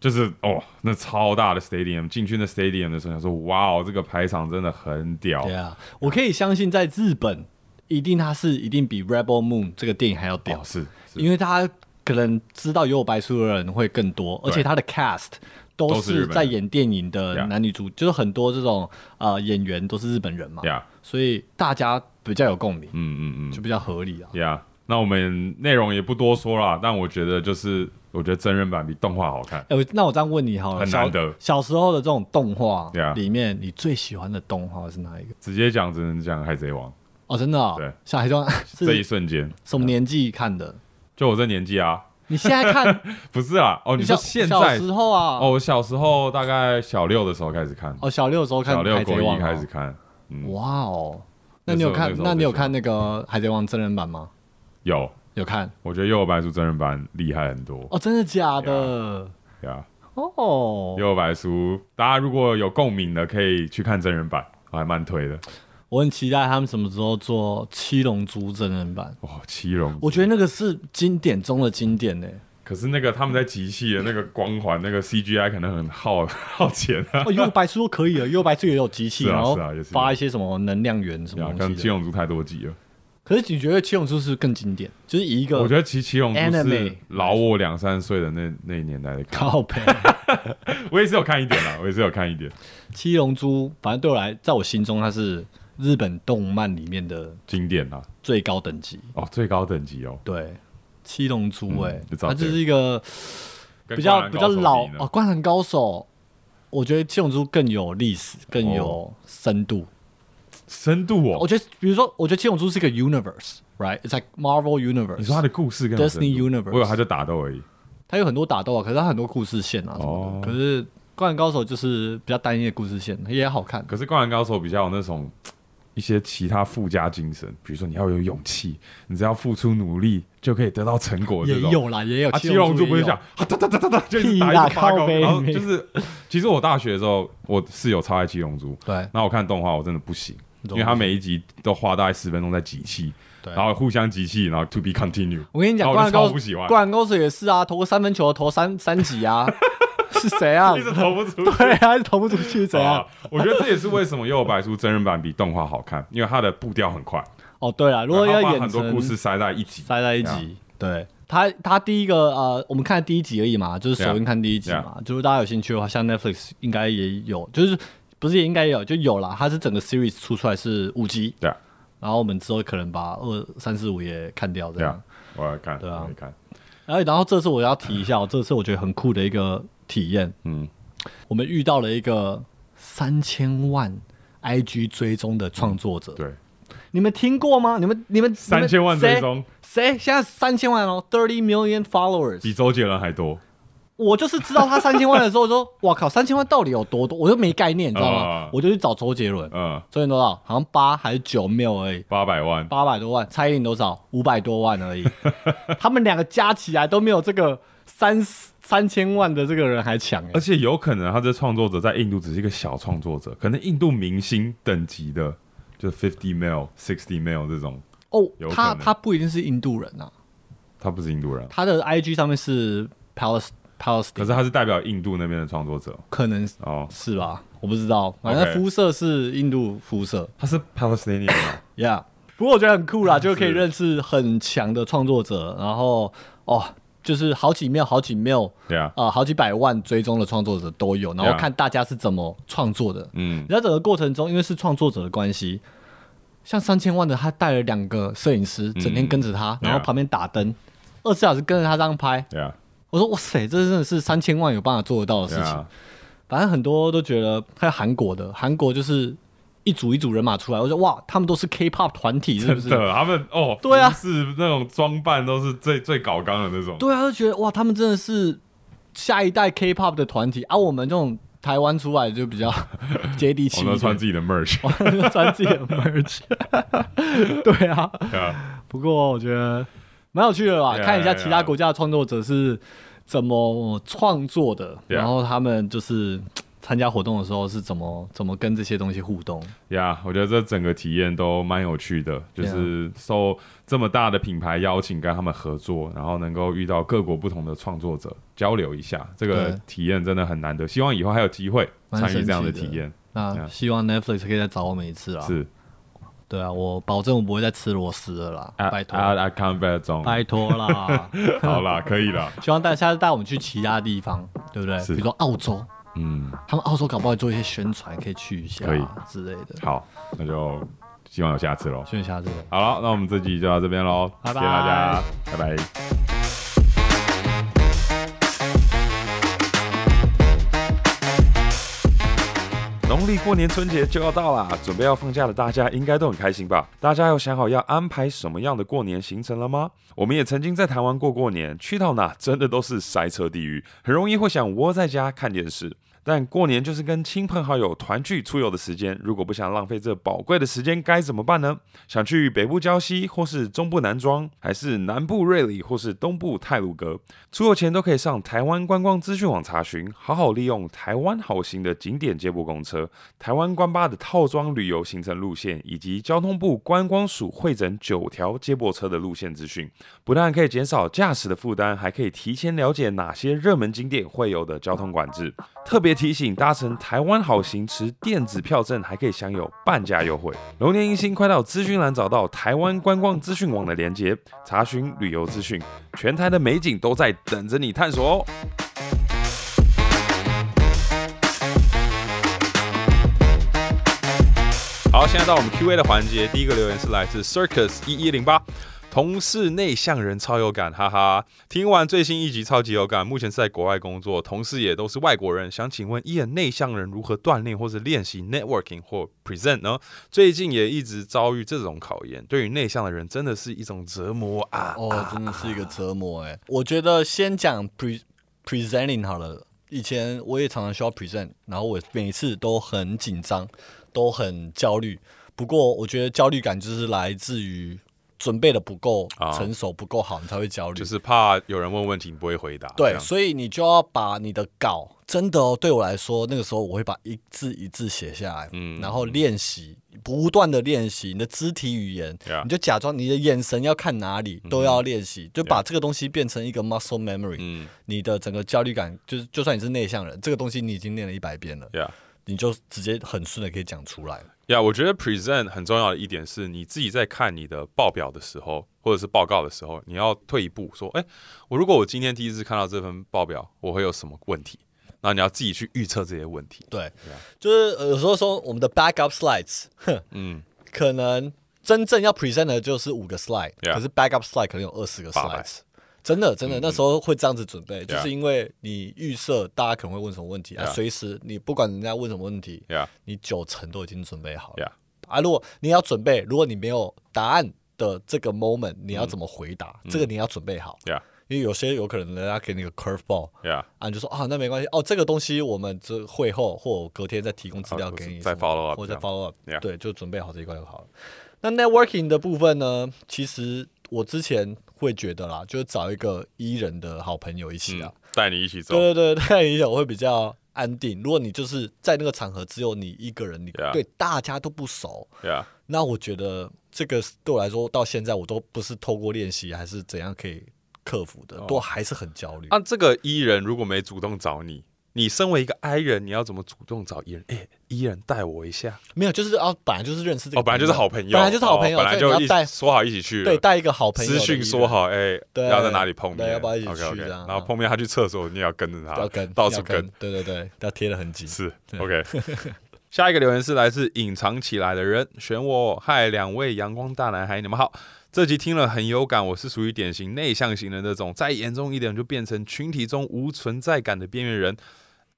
就是哦，那超大的 stadium，进去那 stadium 的时候想说，哇哦，这个排场真的很屌。对啊，我可以相信在日本，一定它是一定比 Rebel Moon 这个电影还要屌哦，。是，是因为大家可能知道《有白书》的人会更多，而且他的 cast 都都是是日本人在演电影 Yeah 的男女主，就是很多这种呃演员都是日本人嘛，呀，所以大家比较有共鸣，嗯嗯嗯。就比较合理啊。呀那我们内容也不多说啦，但我觉得就是，我觉得真人版比动画好看。哎、我那我这样问你好了，很难得小小时候的这种动画 Yeah 里面，你最喜欢的动画是哪一个？直接讲只能讲海贼王，哦，真的、哦，对，小孩装这一 是嗯瞬间，什么年纪看的？就我这年纪啊，你现在看，不是啦，哦，你说小现小在时候啊，哦，我小时候大概小六的时候开始看，哦，小六的时候看小六海贼国王一哦开始看，嗯，哇哦，那那你有时候看那？时候那你有最喜欢看那个《海贼王》真人版吗？有，有看我觉得《幽游白书》真人版厉害很多哦，真的假的？呀，哦《幽，游白书》大家如果有共鸣的，可以去看真人版，我还蛮推的。我很期待他们什么时候做《七龙珠》真人版。哦，七龙，我觉得那个是经典中的经典呢、 可是那个他们在集气的那个光环，那个 CGI 可能很耗 耗钱啊。哦，幽白书都可以了，幽白书也有机器，是啊然后是啊也是有发一些什么能量源什么呀，东像西的。七龙珠太多集了，可是你觉得《七龙珠》是不是更经典？就是以一个我觉得骑骑龙珠是 Anime 老我两三岁的那那一年代的看，靠背我也是有看一点啦，我也是有看一点七龙珠》，反正对我来，在我心中它是日本动漫里面的经典啦。最高等级。哦，最高等级哦，对，《七龙珠、欸》哎、嗯就找它就这个是一个跟比较灌篮比高较手比老呢哦，《灌篮高手》，我觉得《七龙珠》更有历史，更有深度。深度我哦。觉得，比如说，我觉得《七龙珠》是一个 universe，right？It's like Marvel universe。你说他的故事跟 Disney Universe 我有他就打斗而已。它有很多打斗啊，可是它很多故事线啊什么的。哦可是《灌篮高手》就是比较单一的故事线，也好看。可是灌篮高手比较有那种嘖一些其他附加精神，比如说你要有勇气，你只要付出努力就可以得到成果。也这种有啦，也有。啊，七龙珠不也是有讲啊哒哒哒哒哒，就屁是打一啦个发靠功，背然后没就是，其实我大学的时候，我室友超爱七龙珠，对那我看动画我真的不行，因为他每一集都花大概十分钟在集气，对然后互相集气，然后 to be continue。我跟你讲，然后灌篮我就高哦超不喜欢，灌篮高手也是啊，投个三分球投三三级 啊，是谁啊一？直投不出。对啊，投不出去怎样啊？，我觉得这也是为什么《幽游白书》真人版比动画好看，因为它的步调很快，哦，对了，如果然要后把演很多成故事塞在一起。塞在一起，对。他他第一个呃，我们看第一集而已嘛，就是首先看第一集嘛。就是大家有兴趣的话，像 Netflix 应该也有，就是不是也应该也有就有啦。它是整个 series 出出来是五集，对啊，然后我们之后可能把二三四五也看掉这对样啊。，我要看，对啊我要看，然后，然后这次我要提一 下，我这次我觉得很酷的一个体验，嗯，我们遇到了一个三千万 IG 追踪的创作者，嗯对，你们听过吗？你们你们三千万追，踪谁谁现在三千万哦，thirty million 比 followers。周杰伦还多，我就是知道他三千万的时候， 我说哇靠，三千万到底有多多？我就没概念，你知道啊吗？我就去找周杰伦，嗯，周杰伦多少？好像八还是九 mil 而已。八百万，八百多万，蔡依林多少？五百多万而已。 他们两个加起来都没有这个三三千万的这个人还强、欸而。且有可能他这创作者在印度只是一个小创作者，可能印度明星等级的，就 fifty mil、sixty mil 这种，哦有，可他能他不一定是印度人啊，他不是印度人啊，他的 IG 上面是 Palest 可 Palestine，是他是代表印度那边的创作者可能哦，是吧？我不知道，反正 OK 肤色是印度肤色他是 Palestinian 啊，Yeah。不过我觉得很酷 啦，就是可以认识很强的创作者，然后哦，就是好几秒、好几秒对啊，啊、好几百万追踪的创作者都有，然后 Yeah 看大家是怎么创作的。嗯，你在整个过程中，因为是创作者的关系，像三千万的他带了两个摄影师，整天跟着他，对啊然后旁边打灯，二十四小时跟着他这样拍。对啊，我说哇塞，这真的是三千万有办法做得到的事对情。啊，反正很多都觉得，还有韩国的，韩国就是一组一组人马出来，我说哇，他们都是 K-pop 团体，是不真是？的，他们哦，对啊是那种装扮都是最最搞纲的那种，对啊，就觉得哇，他们真的是下一代 K-pop 的团体，而、啊我们这种台湾出来就比较接地气 一我们点，哦都 穿自己的 merch，穿自己的 merch。对 啊，对啊，不过我觉得蛮有趣的吧 Yeah, 看一下其他国家的创作者是怎么创作的 Yeah. 然后他们就是嘖参加活动的时候是怎么怎么跟这些东西互动。呀，我觉得这整个体验都蛮有趣的，就是受这么大的品牌邀请跟他们合作，然后能够遇到各国不同的创作者交流一下，这个对体验真的很难得。希望以后还有机会蛮参与这样神奇体的验，那 Yeah. 希望 Netflix 可以再找我们一次啦。是对啊，我保证我不会再吃螺丝了啦，拜托，啊啊，come back 中， 拜托 啦！好啦，可以啦，希望大家下次带我们去其他地方，对不对？是比如说澳洲，嗯，他们澳洲搞不好做一些宣传，可以去一下可以之类的。好，那就希望有下次喽。宣一下这个。好了，那我们这集就到这边喽，拜拜谢谢大家，拜拜。农历过年春节就要到啦，准备要放假的大家应该都很开心吧？大家有想好要安排什么样的过年行程了吗？我们也曾经在台湾过过年，去到哪真的都是塞车地狱，很容易会想窝在家看电视。但过年就是跟亲朋好友团聚出游的时间，如果不想浪费这宝贵的时间，该怎么办呢？想去北部礁溪，或是中部南庄，还是南部瑞里，或是东部泰鲁阁，出游前都可以上台湾观光资讯网查询，好好利用台湾好行的景点接驳公车、台湾观巴的套装旅游行程路线，以及交通部观光署会诊九条接驳车的路线资讯。不但可以减少驾驶的负担，还可以提前了解哪些热门景点会有的交通管制。特别。别提醒，搭乘台湾好行持电子票证还可以享有半价优惠。龙年迎新，快到资讯栏找到台湾观光资讯网的连接，查询旅游资讯，全台的美景都在等着你探索哦。好，现在到我们 Q&A 的环节，第一个留言是来自 Circus 一一零八。同事内向人超有感，哈哈！听完最新一集超级有感，目前是在国外工作，同事也都是外国人。想请问，一人内向人如何锻炼或是练习 networking 或 present 呢？最近也一直遭遇这种考验，对于内向的人真的是一种折磨啊！哦，真的是一个折磨哎、我觉得先讲 pre presenting 好了。以前我也常常需要 present，然后我每一次都很紧张，都很焦虑。不过我觉得焦虑感就是来自于准备的不够啊成熟、不够好，你才会焦虑。就是怕有人问问题你不会回答，啊这对，样所以你就要把你的稿，真的哦，对我来说，那个时候我会把一字一字写下来，嗯然后练习，不断的练习你的肢体语言 Yeah 你就假装你的眼神要看哪里，都要练习，就把这个东西变成一个 muscle memory，、嗯你的整个焦虑感，就是就算你是内向人，这个东西你已经练了一百遍了， ，Yeah。你就直接很顺的可以讲出来了。呀我觉得 present 很重要的一点是，你自己在看你的报表的时候，或者是报告的时候，你要退一步说，哎，我如果我今天第一次看到这份报表，我会有什么问题？然后你要自己去预测这些问题。对，就是呃有时候说我们的 backup slides，哼，嗯，可能真正要 present 的就是五个 slide，、 Yeah 可是 backup slide 可能有二十个八百嗯 slides。真的，真的，那时候会这样子准备，就 Yeah 是因为你预设大家可能会问什么问题啊， Yeah 随时你不管人家问什么问题，呀你九成都已经准备好了呀，啊。如果你要准备，如果你没有答案的这个 moment，你嗯要怎么回答？这个你要准备好，呀因为有些有可能人家给你个 curve ball， 呀，啊，你就说啊，那没关系哦，这个东西我们这会后或我隔天再提供资料啊给你什么，再 follow up 或者再这 follow up，、 Yeah 对，就准备好这一块就好了。那 networking 的部分呢，其实我之前会觉得啦，就是找一个伊人的好朋友一起啊嗯，，带你一起走。对对 对，太影响会比较安定。如果你就是在那个场合只有你一个人，你 Yeah 对大家都不熟，呀那我觉得这个对我来说到现在我都不是透过练习还是怎样可以克服哦的，都还是很焦虑。啊，这个 E 人如果没主动找你，你身为一个 I 人，你要怎么主动找 E 人？哎，E 人带我一下。没有，就是啊，本来就是认识这个哦，人，本来就是好朋友，本来就是好朋友，哦本来对你就一要带起说好一起去了，对带一个好朋友私的讯意说愿，好，哎，对要在哪里碰面，对要不要一起 OK，OK，去这样然后碰面他去厕所，你也要跟着他，要跟到要处跟，对对对，要贴的很紧。是 OK。下一 个留言是来自隐藏起来的人，选我。嗨，两位阳光大男孩，你们好。这集听了很有感，我是属于典型内向型的那种，再严重一点就变成群体中无存在感的边缘人。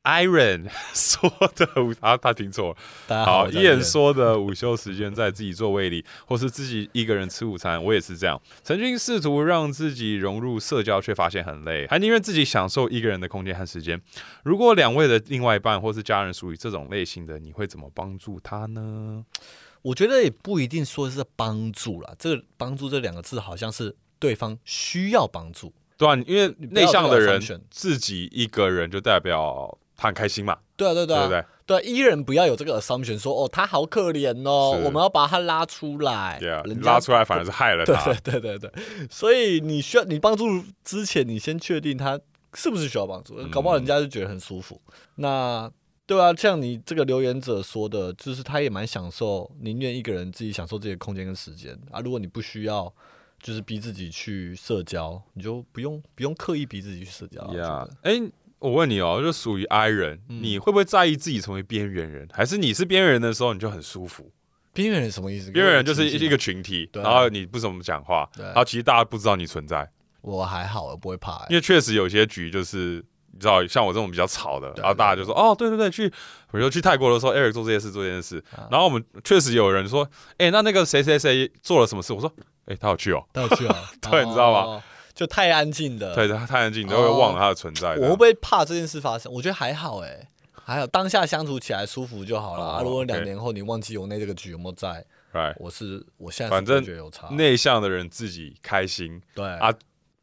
Iron 说的无，他他听错了。大 家好，我是伊 Ian 人说的午休时间在自己座位里， 或是自己一个人吃午餐，我也是这样。曾经试图让自己融入社交，却发现很累，还宁愿自己享受一个人的空间和时间。如果两位的另外一半或是家人属于这种类型的，你会怎么帮助他呢？我觉得也不一定说是帮助啦，这个“帮助”这两个字好像是对方需要帮助，对啊，因为不要内向的这个人 assumption 自己一个人就代表他很开心嘛，对啊对啊对对啊不对对啊，伊人不要有这个 assumption 说哦，他好可怜哦是，我们要把他拉出来人？Yeah，家拉出来反而是害了对他。对对对对，所以你需要你帮助之前，你先确定他是不是需要帮助，嗯搞不好人家就觉得很舒服。那对啊，像你这个留言者说的，就是他也蛮享受，宁愿一个人自己享受自己的空间跟时间啊。如果你不需要，就是逼自己去社交，你就不用不用刻意逼自己去社交啊。我觉呀得，哎、我问你哦，就属于 I 人，你嗯会不会在意自己成为边缘人？还是你是边缘人的时候你就很舒服？边缘人什么意思？边缘人就是跟我亲一近个群体，对然啊后你不怎么讲话，对啊然后其实大家不知道你存在，我还好，我不会怕、欸因。为确实有些局就是。你知道，像我这种比较吵的，对啊然后大家就说：“哦，对对对，去，比如说去泰国的时候，Eric 做这些事，做这件事。”啊然后我们确实有人说：“哎，那那个谁谁谁做了什么事？”我说：“哎，他有去哦。到去啊， 对你知道吗 哦？就太安静”了。对，他太安静，你都会忘了他的存在。呃哦我会不会怕这件事发生？我觉得还好哎、还好当下相处起来舒服就好了。哦啊，如果 OK 两年后你忘记有那这个局有没有在， right，我是我现在反是正不觉得有差。内向的人自己开心对啊。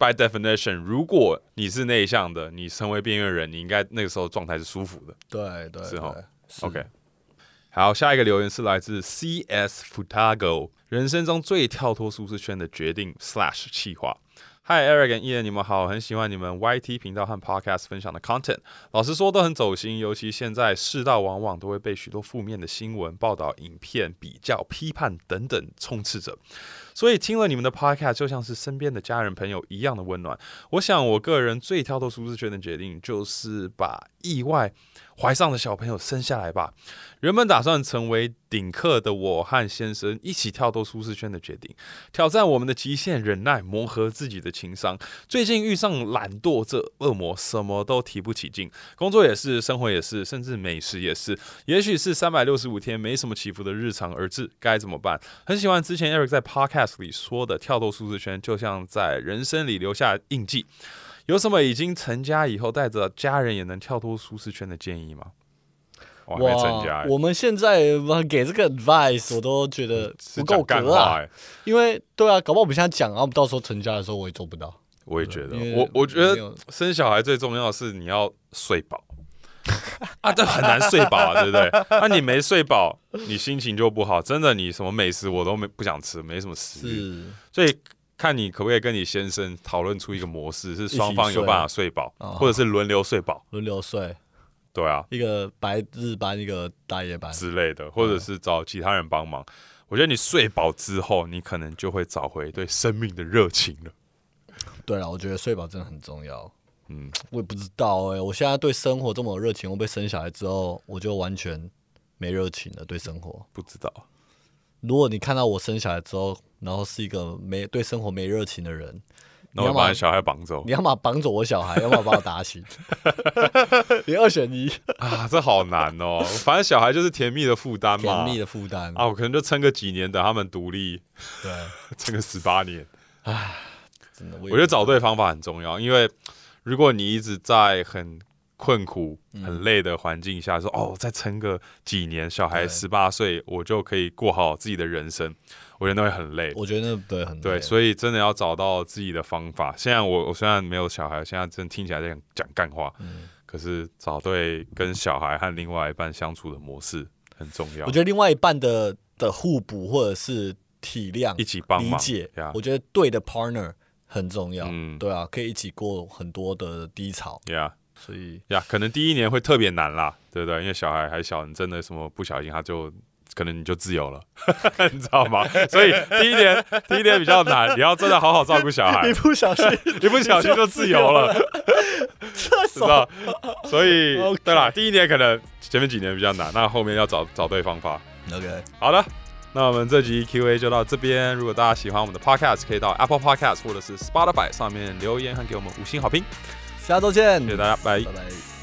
By definition，如果你是内向的，你成为边缘人，你应该那个时候状态是舒服的。对对是对哦是 OK，好，下一个留言是来自 CS Futago，人生中最跳脱舒适圈的决定 Slash 气划。嗨，Eric 跟 Ian，你们好，很喜欢你们 YT 频道和 Podcast 分享的 content。老实说，都很走心，尤其现在世道往往都会被许多负面的新闻、报道、影片、比较、批判等等充斥着。所以听了你们的 podcast，就像是身边的家人朋友一样的温暖。我想，我个人最挑脱舒适圈的决定，就是把意外怀上的小朋友生下来吧。原本打算成为顶客的我和先生一起跳脱舒适圈的决定，挑战我们的极限，忍耐，磨合自己的情商。最近遇上懒惰这恶魔，什么都提不起劲，工作也是，生活也是，甚至美食也是。也许是三百六十五天没什么起伏的日常而至，该怎么办？很喜欢之前 Eric 在 Podcast 里说的，跳脱舒适圈就像在人生里留下印记。有什么已经成家以后带着家人也能跳脱舒适圈的建议吗？我还没成家欸、我们现在呃给这个 advice 我都觉得嗯是不讲够干格话啊，欸因为对啊，搞不好我们现在讲，然后到时候成家的时候我也做不到。我也觉得，啊因为我我觉没得有生小孩最重要的是你要睡饱啊，这很难睡饱啊，对不对？那、你没睡饱，你心情就不好，真的，你什么美食我都没不想吃，没什么食欲，是所以看你可不可以跟你先生讨论出一个模式，是双方一起有睡办法睡饱，哦或者是轮流睡饱，轮流睡，对啊一个白日班，一个大夜班。之类的，或者是找其他人帮忙。我觉得你睡饱之后，你可能就会找回对生命的热情了。对啊了，我觉得睡饱真的很重要。嗯，我也不知道哎、我现在对生活这么有热情，我被生小孩之后，我就完全没热情了。对生活，不知道，如果你看到我生小孩之后，然后是一个没对生活没热情的人，你那我要把把你小孩绑走你要么绑走我小孩，要么把我打 醒，你二选一，啊，这好难哦。反正小孩就是甜蜜的负担嘛，甜蜜的负担。啊，我可能就撑个几年，等他们独立，对，啊撑个十八年。真的，我我觉得找对方法很重要，因为如果你一直在很困苦、嗯很累的环境下，说哦，再撑个几年，小孩对十八岁，我就可以过好自己的人生，我觉得那会很累。我觉得那对很对，以所以真的要找到自己的方法。现在我我虽然没有小孩，现在真的听起来在讲讲干话，嗯可是找对跟小孩和另外一半相处的模式很重要我。觉得另外一半的的互补或者是体谅、一起帮理忙解呀，我觉得对的 partner 很重要。嗯对啊，可以一起过很多的低潮， Yeah，所以呀可能第一年会特别难啦，对不对？因为小孩还小，你真的什么不小心，他就可能你就自由了， 你知道吗？所以第一年，第一年比较难，你要真的好好照顾小孩一，不小 心一不小心就自由了，这知手道？所以 OK 对啦，第一年可能前面几年比较难，那后面要找找对方法。 OK，好的，那我们这集 Q&A 就到这边。如果大家喜欢我们的 Podcast，可以到 Apple Podcast 或者是 Spotify 上面留言和给我们五星好评。下周见，谢谢大家，拜拜。拜。